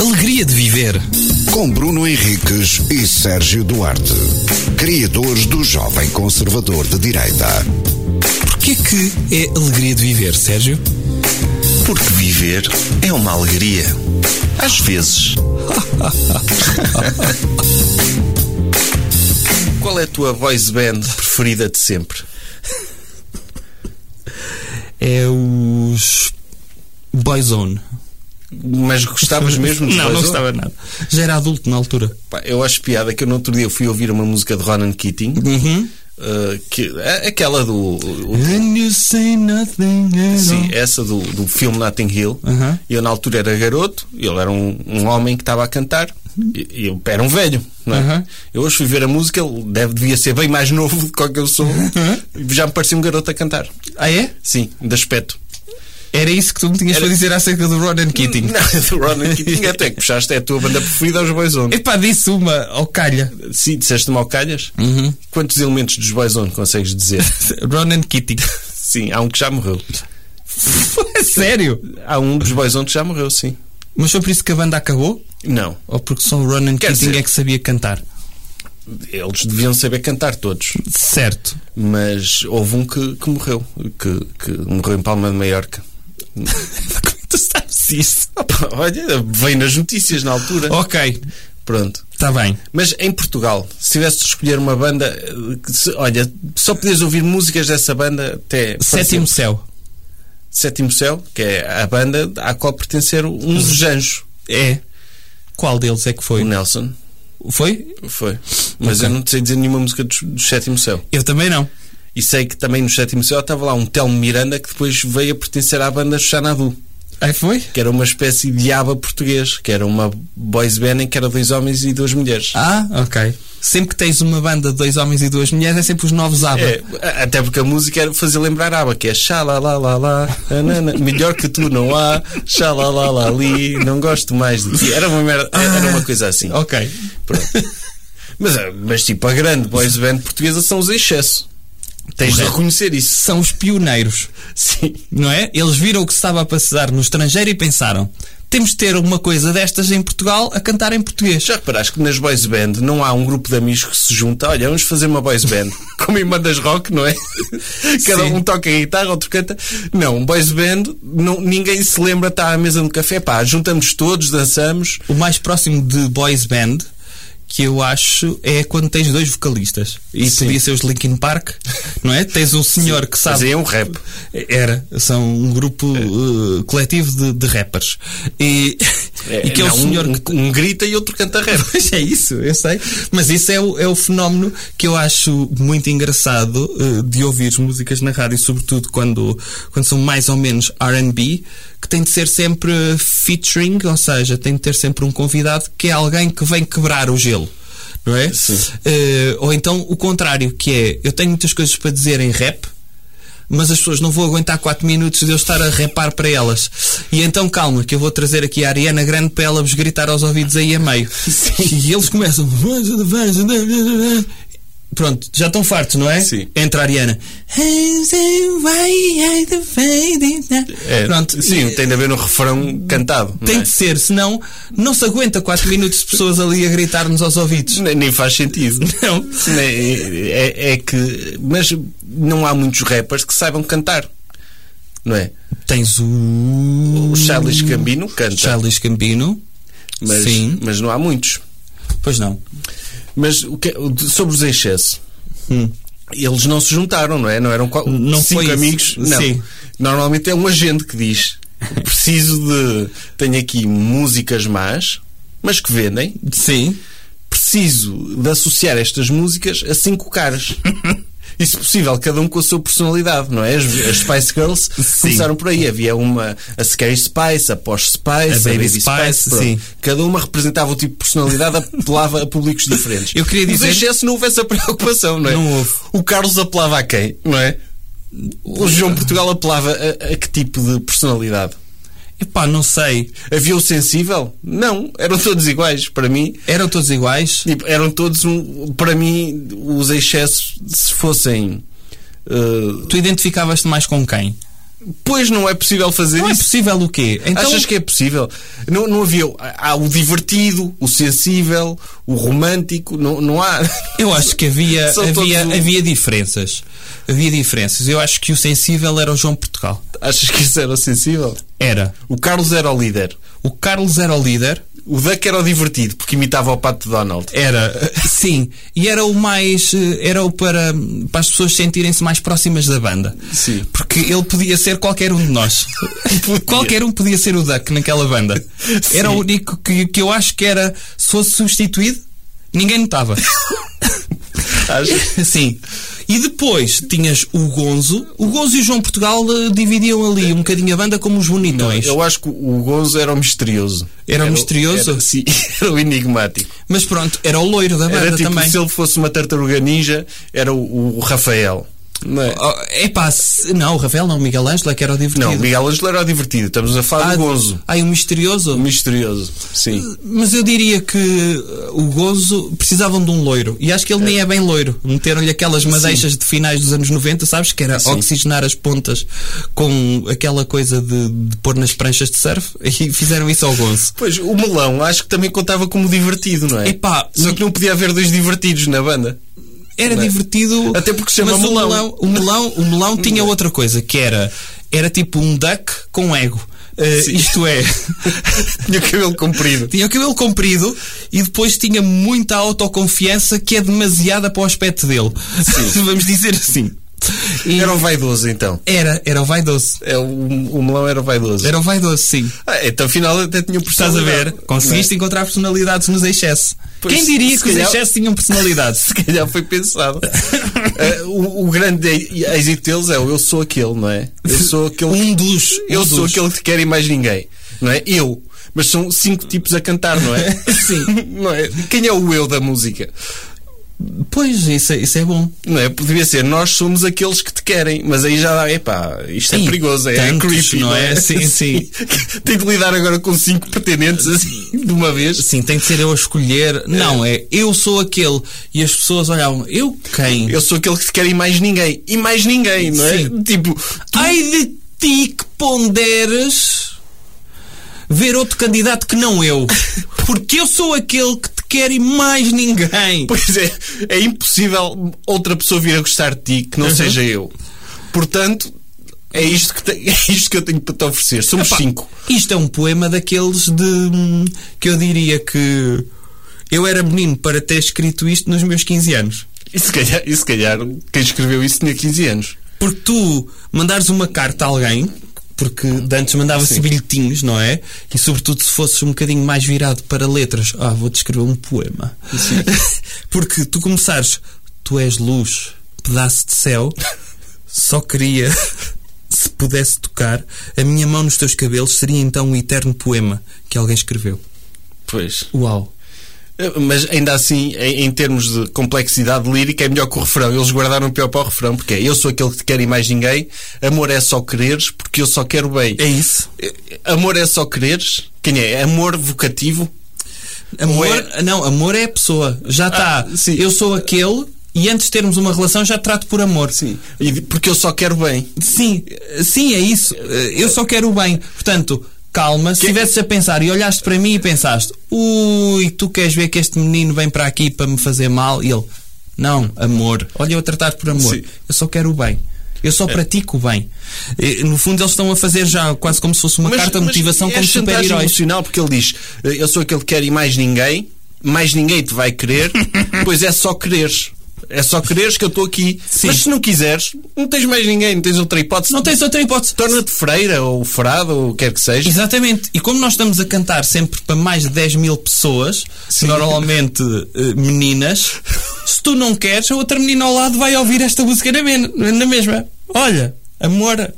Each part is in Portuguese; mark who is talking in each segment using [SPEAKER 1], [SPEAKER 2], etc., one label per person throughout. [SPEAKER 1] Alegria de Viver.
[SPEAKER 2] Com Bruno Henriques e Sérgio Duarte, criadores do Jovem Conservador de Direita.
[SPEAKER 1] Porquê que é alegria de viver, Sérgio?
[SPEAKER 3] Porque viver é uma alegria. Às vezes. Qual é a tua voice band preferida de sempre?
[SPEAKER 1] É os Boyzone.
[SPEAKER 3] Mas gostavas mesmo de
[SPEAKER 1] Não, não
[SPEAKER 3] Boyzone?
[SPEAKER 1] gostava nada. Já era adulto na altura.
[SPEAKER 3] Pá, eu acho piada que eu no outro dia fui ouvir uma música de Ronan Keating.
[SPEAKER 1] Uhum.
[SPEAKER 3] eh, que, a- aquela do. o- o-
[SPEAKER 1] And you say nothing at all.
[SPEAKER 3] Sim, essa do, do filme Notting Hill.
[SPEAKER 1] Aham.
[SPEAKER 3] Eu, na altura, era garoto, ele era um, um homem que estava a cantar, e eu era um velho. Não é?
[SPEAKER 1] Aham.
[SPEAKER 3] Eu hoje fui ver a música, ele deve, devia ser bem mais novo do que eu sou, já me parecia um garoto a cantar.
[SPEAKER 1] Ah, é?
[SPEAKER 3] Sim, de aspecto.
[SPEAKER 1] Era isso que tu me tinhas
[SPEAKER 3] Era-
[SPEAKER 1] para dizer acerca do Ronan Keating.
[SPEAKER 3] Não, do Ronan Keating, até que puxaste, é a tua banda preferida aos Boyzone.
[SPEAKER 1] Epá, disse uma, ao calha.
[SPEAKER 3] Sim, disseste-me ao calhas? Quantos elementos dos Boyzone consegues dizer?
[SPEAKER 1] Ronan Keating.
[SPEAKER 3] sim, há um que já morreu.
[SPEAKER 1] É Sério?
[SPEAKER 3] Há um dos Boyzone que já morreu, sim.
[SPEAKER 1] Mas foi por isso que a banda acabou?
[SPEAKER 3] Não,
[SPEAKER 1] Ou porque só o Ronan
[SPEAKER 3] Quer
[SPEAKER 1] Keating
[SPEAKER 3] dizer-
[SPEAKER 1] é que sabia cantar?
[SPEAKER 3] eles deviam saber cantar todos.
[SPEAKER 1] Certo.
[SPEAKER 3] mas houve um que, que morreu, que, que morreu em Palma de Maiorca.
[SPEAKER 1] Como é que tu sabes isso?
[SPEAKER 3] Opa, Olha, veio nas notícias na altura.
[SPEAKER 1] Ok,
[SPEAKER 3] Pronto.
[SPEAKER 1] está Tá bem.
[SPEAKER 3] Mas em Portugal, se tivesse de escolher uma banda, eh, que se- olha, só podias ouvir músicas dessa banda até para
[SPEAKER 1] Sétimo
[SPEAKER 3] sempre.
[SPEAKER 1] céu.
[SPEAKER 3] Sétimo Céu, que é a banda à qual pertencer um dos anjos,
[SPEAKER 1] É. Qual deles é que
[SPEAKER 3] o
[SPEAKER 1] foi?
[SPEAKER 3] Nelson.
[SPEAKER 1] Foi?
[SPEAKER 3] Foi. Mas
[SPEAKER 1] Ok.
[SPEAKER 3] eu não sei dizer nenhuma música do, do Sétimo Céu.
[SPEAKER 1] Eu também não.
[SPEAKER 3] E sei que também no Sétimo Céu estava lá um Telmo Miranda que depois veio a pertencer à banda Xanadu. Ah,
[SPEAKER 1] Aí foi?
[SPEAKER 3] que era uma espécie de aba português, que era uma boys band em que eram dois homens e duas mulheres.
[SPEAKER 1] Ah, ok. Sempre que tens uma banda de dois homens e duas mulheres, é sempre os novos ABBA.
[SPEAKER 3] É, a- até porque a música era fazer lembrar a aba, que é xalalalala, anana, melhor que tu não há, xalalalali, não gosto mais de ti. Era uma merda, era uma coisa assim.
[SPEAKER 1] Ok.
[SPEAKER 3] Pronto. Mas, ah, mas tipo, a grande boys band portuguesa são os excesso. Tens de
[SPEAKER 1] Correto.
[SPEAKER 3] reconhecer isso.
[SPEAKER 1] São os pioneiros,
[SPEAKER 3] Sim.
[SPEAKER 1] não é? Eles viram o que se estava a passar no estrangeiro e pensaram: temos de ter uma coisa destas em Portugal a cantar em português.
[SPEAKER 3] Já reparaste que nas boys band não há um grupo de amigos que se junta, olha, vamos fazer uma boys band. Como em bandas rock, não é? Cada
[SPEAKER 1] Sim.
[SPEAKER 3] um toca a guitarra, outro canta. Não, um boys band, não, ninguém se lembra, está à mesa do café, pá, juntamos todos, dançamos.
[SPEAKER 1] O mais próximo de boys band que eu acho é quando tens dois vocalistas. E
[SPEAKER 3] Sim.
[SPEAKER 1] podia ser os Linkin Park, não é? Tens um senhor que sabe.
[SPEAKER 3] Fazem um rap.
[SPEAKER 1] Era, são um grupo eh, coletivo de, de rappers. E,
[SPEAKER 3] É,
[SPEAKER 1] e que é
[SPEAKER 3] não,
[SPEAKER 1] o senhor
[SPEAKER 3] um,
[SPEAKER 1] que.
[SPEAKER 3] um grita e outro canta rap.
[SPEAKER 1] Pois é isso, eu sei. Mas isso é o, é o fenómeno que eu acho muito engraçado eh, de ouvir músicas na rádio, sobretudo quando, quando são mais ou menos RB, que tem de ser sempre featuring, ou seja, tem de ter sempre um convidado que é alguém que vem quebrar o gelo. Não é? Eh, ou então o contrário, que é eu tenho muitas coisas para dizer em rap, mas as pessoas não vão aguentar 4 minutos de eu estar a repar para elas. E então calma, que eu vou trazer aqui a Ariana Grande para ela vos gritar aos ouvidos aí a meio. E eles começam. Pronto, já estão fartos, não é?
[SPEAKER 3] Sim.
[SPEAKER 1] Entra a Ariana.
[SPEAKER 3] É,
[SPEAKER 1] Pronto,
[SPEAKER 3] Sim, tem de haver um refrão cantado. não
[SPEAKER 1] tem
[SPEAKER 3] é?
[SPEAKER 1] de ser, senão não se aguenta 4 minutos de pessoas ali a gritar-nos aos ouvidos.
[SPEAKER 3] Nem, nem faz sentido.
[SPEAKER 1] Não.
[SPEAKER 3] É, é- é que. Mas não há muitos rappers que saibam cantar. Não é?
[SPEAKER 1] Tens o.
[SPEAKER 3] O Charles Gambino canta.
[SPEAKER 1] Charles Gambino.
[SPEAKER 3] mas,
[SPEAKER 1] Hum. Sim.
[SPEAKER 3] mas não há muitos.
[SPEAKER 1] Pois não.
[SPEAKER 3] Mas o que- é, o de- sobre os excesso, eles não se juntaram, não é? Não eram qual-
[SPEAKER 1] Hum. Não
[SPEAKER 3] cinco
[SPEAKER 1] foi isso.
[SPEAKER 3] amigos. Não.
[SPEAKER 1] Sim.
[SPEAKER 3] Normalmente é um agente que diz: preciso de. Tenho aqui músicas más, mas que vendem.
[SPEAKER 1] Sim.
[SPEAKER 3] Preciso de associar estas músicas a cinco caras. E se possível, cada um com a sua personalidade, não é? As, as Spice Girls começaram por aí. Havia uma, a Scary Spice, a Posh Spice, a,
[SPEAKER 1] Baby Spice,
[SPEAKER 3] pronto.
[SPEAKER 1] sim.
[SPEAKER 3] Cada uma representava um tipo de personalidade, apelava a públicos diferentes.
[SPEAKER 1] Eu queria dizer-
[SPEAKER 3] Mas excesso não houve essa preocupação, não é?
[SPEAKER 1] Não houve.
[SPEAKER 3] O Carlos apelava a quem, não é? O João Portugal apelava a, a que tipo de personalidade?
[SPEAKER 1] Epá, não sei.
[SPEAKER 3] Havia o sensível? Não, eram todos iguais. Para mim,
[SPEAKER 1] Eram todos iguais?
[SPEAKER 3] Tipo, eram todos, um- para mim, os excessos, se fossem. eh,
[SPEAKER 1] Tu identificavas-te mais com quem?
[SPEAKER 3] Pois não é possível fazer
[SPEAKER 1] Não é
[SPEAKER 3] isso.
[SPEAKER 1] possível o quê? Então,
[SPEAKER 3] Achas que é possível? Não, não havia. Há o divertido, o sensível, o romântico. Não, não há.
[SPEAKER 1] Eu acho que havia,
[SPEAKER 3] São
[SPEAKER 1] havia,
[SPEAKER 3] todos um-
[SPEAKER 1] havia diferenças. Havia diferenças. Eu acho que o sensível era o João Portugal.
[SPEAKER 3] Achas que isso era o sensível?
[SPEAKER 1] Era.
[SPEAKER 3] O Carlos era o líder.
[SPEAKER 1] O Carlos era o líder.
[SPEAKER 3] O Duck era o divertido, porque imitava o Pato Donald.
[SPEAKER 1] Era, sim. E era o mais. eh, Era o para, para as pessoas sentirem-se mais próximas da banda.
[SPEAKER 3] Sim.
[SPEAKER 1] Porque ele podia ser qualquer um de nós. qualquer um podia ser o Duck naquela banda. Era o único que, que eu acho que era. Se fosse substituído, ninguém notava.
[SPEAKER 3] Achas?
[SPEAKER 1] Sim. E depois tinhas o Gonzo. O Gonzo e o João Portugal eh, dividiam ali um bocadinho a banda como os bonitões.
[SPEAKER 3] Eu acho que o Gonzo era o misterioso.
[SPEAKER 1] Era o
[SPEAKER 3] o-
[SPEAKER 1] misterioso?
[SPEAKER 3] era- sim, era o enigmático.
[SPEAKER 1] Mas pronto, era o loiro da banda
[SPEAKER 3] Era tipo,
[SPEAKER 1] também.
[SPEAKER 3] se ele fosse uma tartaruga ninja, era o, o Rafael. Não, é?
[SPEAKER 1] Oh, epá, se- não, o Ravel não, o Miguel Ângelo é que era o divertido.
[SPEAKER 3] não Miguel Ângelo era o divertido. Estamos a falar
[SPEAKER 1] Ah,
[SPEAKER 3] do Gonzo.
[SPEAKER 1] Ai, o misterioso?
[SPEAKER 3] O misterioso. Sim.
[SPEAKER 1] Mas eu diria que uh, o Gozo precisavam de um loiro. E acho que ele nem é bem loiro. Meteram-lhe aquelas madeixas de finais dos anos 90, sabes? Que era oxigenar as pontas com aquela coisa de, de pôr nas pranchas de surf. E fizeram isso ao Gozo.
[SPEAKER 3] Pois, o melão acho que também contava como divertido, não é?
[SPEAKER 1] Epá,
[SPEAKER 3] Só que não podia haver dois divertidos na banda.
[SPEAKER 1] Era
[SPEAKER 3] Não é?
[SPEAKER 1] divertido.
[SPEAKER 3] Até porque se chama
[SPEAKER 1] mas o
[SPEAKER 3] melão.
[SPEAKER 1] O melão, o melão tinha outra coisa, que era, era tipo um duck com ego. Uh,
[SPEAKER 3] Sim.
[SPEAKER 1] isto é,
[SPEAKER 3] Tinha o cabelo comprido.
[SPEAKER 1] tinha o cabelo comprido e depois tinha muita autoconfiança que é demasiada para o aspecto dele. Vamos dizer assim. E
[SPEAKER 3] Era o vaidoso, então.
[SPEAKER 1] era, era o vaidoso.
[SPEAKER 3] É, o, o melão era o vaidoso.
[SPEAKER 1] Era o vaidoso, sim.
[SPEAKER 3] Ah, então, afinal, até tinha
[SPEAKER 1] Estás a
[SPEAKER 3] personalidade. é?
[SPEAKER 1] ver? Conseguiste encontrar personalidades nos excesso.
[SPEAKER 3] Pois,
[SPEAKER 1] Quem diria
[SPEAKER 3] se
[SPEAKER 1] que
[SPEAKER 3] calhar-
[SPEAKER 1] os excessos tinham personalidade?
[SPEAKER 3] Se calhar foi pensado. Ah, o, o grande e- êxito deles é o eu sou aquele, não é? Eu sou aquele.
[SPEAKER 1] Um dos.
[SPEAKER 3] eu
[SPEAKER 1] um
[SPEAKER 3] sou
[SPEAKER 1] dos.
[SPEAKER 3] aquele que querem mais ninguém, não é? Eu. Mas são cinco tipos a cantar, não é?
[SPEAKER 1] Sim.
[SPEAKER 3] não é? Quem é o eu da música?
[SPEAKER 1] Pois, isso é- isso é bom.
[SPEAKER 3] Não é? Poderia ser nós somos aqueles que te querem, mas aí já dá, epá, isto é
[SPEAKER 1] Sim,
[SPEAKER 3] perigoso, é,
[SPEAKER 1] tantos,
[SPEAKER 3] creepy, não
[SPEAKER 1] não
[SPEAKER 3] é?
[SPEAKER 1] é? Sim, sim.
[SPEAKER 3] Tem de lidar agora com cinco pretendentes assim de uma vez.
[SPEAKER 1] Sim, tem de ser eu a escolher. Não, é eu sou aquele. E as pessoas olhavam, eu quem?
[SPEAKER 3] Eu sou aquele que te querem mais ninguém. E mais ninguém, não é?
[SPEAKER 1] Sim.
[SPEAKER 3] Tipo,
[SPEAKER 1] Ai de ti que ponderes ver outro candidato que não eu. Porque eu sou aquele que te quer e mais ninguém.
[SPEAKER 3] Pois é, é impossível outra pessoa vir a gostar de ti que não
[SPEAKER 1] Uhum.
[SPEAKER 3] seja eu. Portanto, é isto que, te- é isto que eu tenho para te oferecer. Somos
[SPEAKER 1] Epá,
[SPEAKER 3] cinco.
[SPEAKER 1] Isto é um poema daqueles de. hum, que eu diria que. Eu era menino para ter escrito isto nos meus 15 anos.
[SPEAKER 3] E se calhar, e se calhar quem escreveu isso tinha 15 anos.
[SPEAKER 1] Porque tu mandares uma carta a alguém, porque de antes mandava-se bilhetinhos, não é? E sobretudo se fosses um bocadinho mais virado para letras, ah, vou-te escrever um poema. porque tu começares, tu és luz, pedaço de céu, só queria. Se pudesse tocar, a minha mão nos teus cabelos seria então um eterno poema que alguém escreveu.
[SPEAKER 3] Pois.
[SPEAKER 1] Uau!
[SPEAKER 3] Mas ainda assim, em, em termos de complexidade lírica, é melhor que o refrão. Eles guardaram pior para o refrão, porque é eu sou aquele que te quer e mais ninguém. Amor é só quereres, porque eu só quero bem.
[SPEAKER 1] É isso?
[SPEAKER 3] Amor é só quereres? Quem é? Amor vocativo?
[SPEAKER 1] Amor,
[SPEAKER 3] Ou é-
[SPEAKER 1] Não, amor é a pessoa. Já está.
[SPEAKER 3] Ah, sim.
[SPEAKER 1] eu sou aquele e antes de termos uma relação já te trato por amor.
[SPEAKER 3] Sim. E de- porque eu só quero bem.
[SPEAKER 1] Sim, sim, é isso. Eu só quero o bem. Portanto, calma. Se estivesses a pensar e olhaste para mim e pensaste, ui, tu queres ver que este menino vem para aqui para me fazer mal? E ele, não, amor. Olha, eu a tratar por amor.
[SPEAKER 3] Sim. É.
[SPEAKER 1] Eu só quero o bem. Eu só pratico o bem. E, No fundo, eles estão a fazer já quase como se fosse uma
[SPEAKER 3] Mas-
[SPEAKER 1] carta de
[SPEAKER 3] mas
[SPEAKER 1] motivação
[SPEAKER 3] é
[SPEAKER 1] como
[SPEAKER 3] chantagem
[SPEAKER 1] super-heróis.
[SPEAKER 3] emocional porque ele diz: eh, Eu sou aquele que quer e mais ninguém, mais ninguém te vai querer, pois é só quereres. É só quereres que eu estou aqui.
[SPEAKER 1] Sim.
[SPEAKER 3] Mas se não quiseres, não tens mais ninguém, não tens outra hipótese.
[SPEAKER 1] Não tens outra hipótese.
[SPEAKER 3] Torna-te freira ou frado ou o que quer que seja.
[SPEAKER 1] Exatamente. E como nós estamos a cantar sempre para mais de 10 mil pessoas, normalmente eh, meninas, se tu não queres, a outra menina ao lado vai ouvir esta música na, men- na mesma. Olha, amor,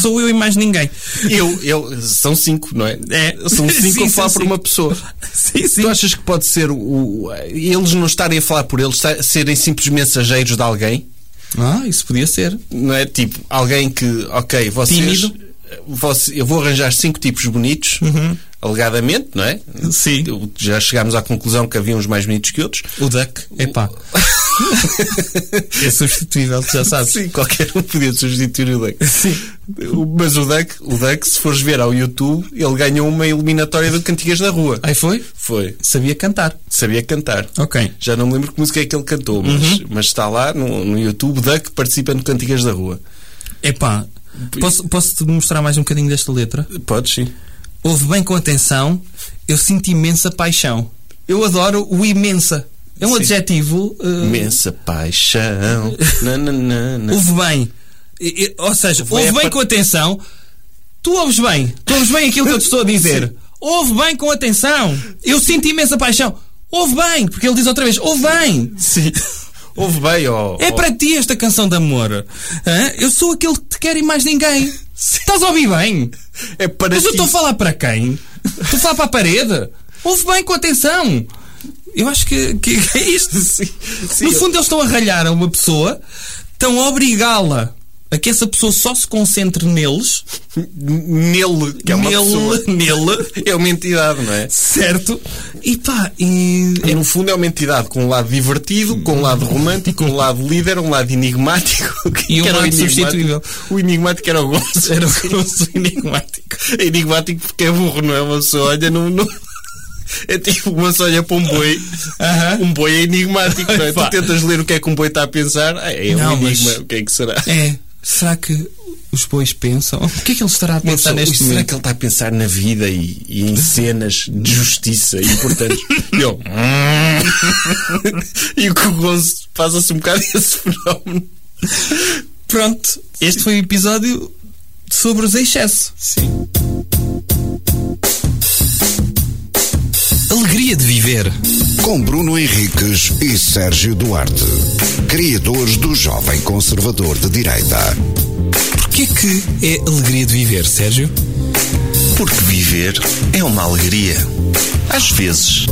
[SPEAKER 1] sou eu e mais ninguém.
[SPEAKER 3] Eu, eu, são cinco, não é?
[SPEAKER 1] É.
[SPEAKER 3] São cinco
[SPEAKER 1] Sim,
[SPEAKER 3] a falar
[SPEAKER 1] são
[SPEAKER 3] por
[SPEAKER 1] cinco.
[SPEAKER 3] uma pessoa.
[SPEAKER 1] Sim,
[SPEAKER 3] Tu achas que pode ser o, o- eles não estarem a falar por eles, esta- serem simples mensageiros de alguém?
[SPEAKER 1] Ah, isso podia ser.
[SPEAKER 3] não é? Tipo, alguém que, ok, vocês.
[SPEAKER 1] Tímido. Uhum.
[SPEAKER 3] Você, eu vou arranjar cinco tipos bonitos, alegadamente, não é?
[SPEAKER 1] Sim.
[SPEAKER 3] Eu- Já chegámos à conclusão que havia uns mais bonitos que outros.
[SPEAKER 1] O Duck, epá. É substituível, tu já sabes.
[SPEAKER 3] Sim, qualquer um podia substituir o Duck. Sim. Mas o Duck, o Duck, se fores ver ao YouTube, ele ganhou uma eliminatória do Cantigas da Rua.
[SPEAKER 1] Aí foi?
[SPEAKER 3] Foi.
[SPEAKER 1] Sabia cantar.
[SPEAKER 3] Sabia cantar.
[SPEAKER 1] Ok.
[SPEAKER 3] Já não me lembro que música é que ele cantou, mas,
[SPEAKER 1] Uhum.
[SPEAKER 3] mas está lá no, no YouTube, Duck participa no Cantigas da Rua.
[SPEAKER 1] Epá, posso- posso-te mostrar mais um bocadinho desta letra?
[SPEAKER 3] Podes, sim.
[SPEAKER 1] Ouve bem com atenção, eu sinto imensa paixão. Eu adoro o imensa. É um
[SPEAKER 3] Sim.
[SPEAKER 1] adjetivo. eh,
[SPEAKER 3] Imensa paixão. na, na, na, na.
[SPEAKER 1] ouve bem. E- e- ou seja,
[SPEAKER 3] né? bem
[SPEAKER 1] ouve
[SPEAKER 3] a
[SPEAKER 1] bem
[SPEAKER 3] part-
[SPEAKER 1] com atenção. Tu ouves bem. Tu ouves bem aquilo que eu te estou a dizer. Ouve bem com atenção. Eu sinto imensa paixão. Ouve bem, porque ele diz outra vez, ouve bem.
[SPEAKER 3] Sim. Ouve bem, ó.
[SPEAKER 1] É
[SPEAKER 3] ó-
[SPEAKER 1] para ti esta canção de amor. Hã? Eu sou aquele que te quer e mais ninguém. Estás a ouvir bem?
[SPEAKER 3] É para
[SPEAKER 1] Mas eu
[SPEAKER 3] ti.
[SPEAKER 1] estou a falar para quem? Estou a falar para a parede? Ouve bem com atenção. Eu acho que, que é isto. no
[SPEAKER 3] eu-
[SPEAKER 1] fundo, eles estão a ralhar a uma pessoa, estão a obrigá-la a que essa pessoa só se concentre neles,
[SPEAKER 3] Nele, que é uma
[SPEAKER 1] nele,
[SPEAKER 3] pessoa.
[SPEAKER 1] nele,
[SPEAKER 3] É uma entidade, não é?
[SPEAKER 1] certo? E pá, e.
[SPEAKER 3] E, no fundo é uma entidade com um lado divertido, com um lado romântico, com um lado líder, um lado enigmático.
[SPEAKER 1] E um
[SPEAKER 3] que era o
[SPEAKER 1] lado
[SPEAKER 3] enigmático.
[SPEAKER 1] substituível.
[SPEAKER 3] O enigmático era o Gonçalo.
[SPEAKER 1] Era o grosso enigmático.
[SPEAKER 3] É enigmático porque é burro, não é? Uma pessoa olha num. num- É tipo uma pessoa olha para um boi.
[SPEAKER 1] Aham.
[SPEAKER 3] Um boi é enigmático, não é?
[SPEAKER 1] Pá.
[SPEAKER 3] Tu tentas ler o que é que um boi está a pensar. Ah, é um
[SPEAKER 1] Não, mas-
[SPEAKER 3] enigma. O que é que será?
[SPEAKER 1] É. Será que os bois pensam? O que é que ele estará a
[SPEAKER 3] Uma
[SPEAKER 1] pensar
[SPEAKER 3] pessoa, "Ui,
[SPEAKER 1] neste
[SPEAKER 3] será
[SPEAKER 1] momento?
[SPEAKER 3] que ele está a pensar na vida e, e em cenas de justiça importantes? e eu, "Hum." e o Cogoso passa-se um bocado esse fenómeno.
[SPEAKER 1] Pronto, este foi o episódio sobre os excessos.
[SPEAKER 3] Sim.
[SPEAKER 1] Alegria de viver.
[SPEAKER 2] Com Bruno Henriques e Sérgio Duarte, criadores do Jovem Conservador de Direita.
[SPEAKER 1] Porquê que é alegria de viver, Sérgio?
[SPEAKER 4] Porque viver é uma alegria. Às vezes.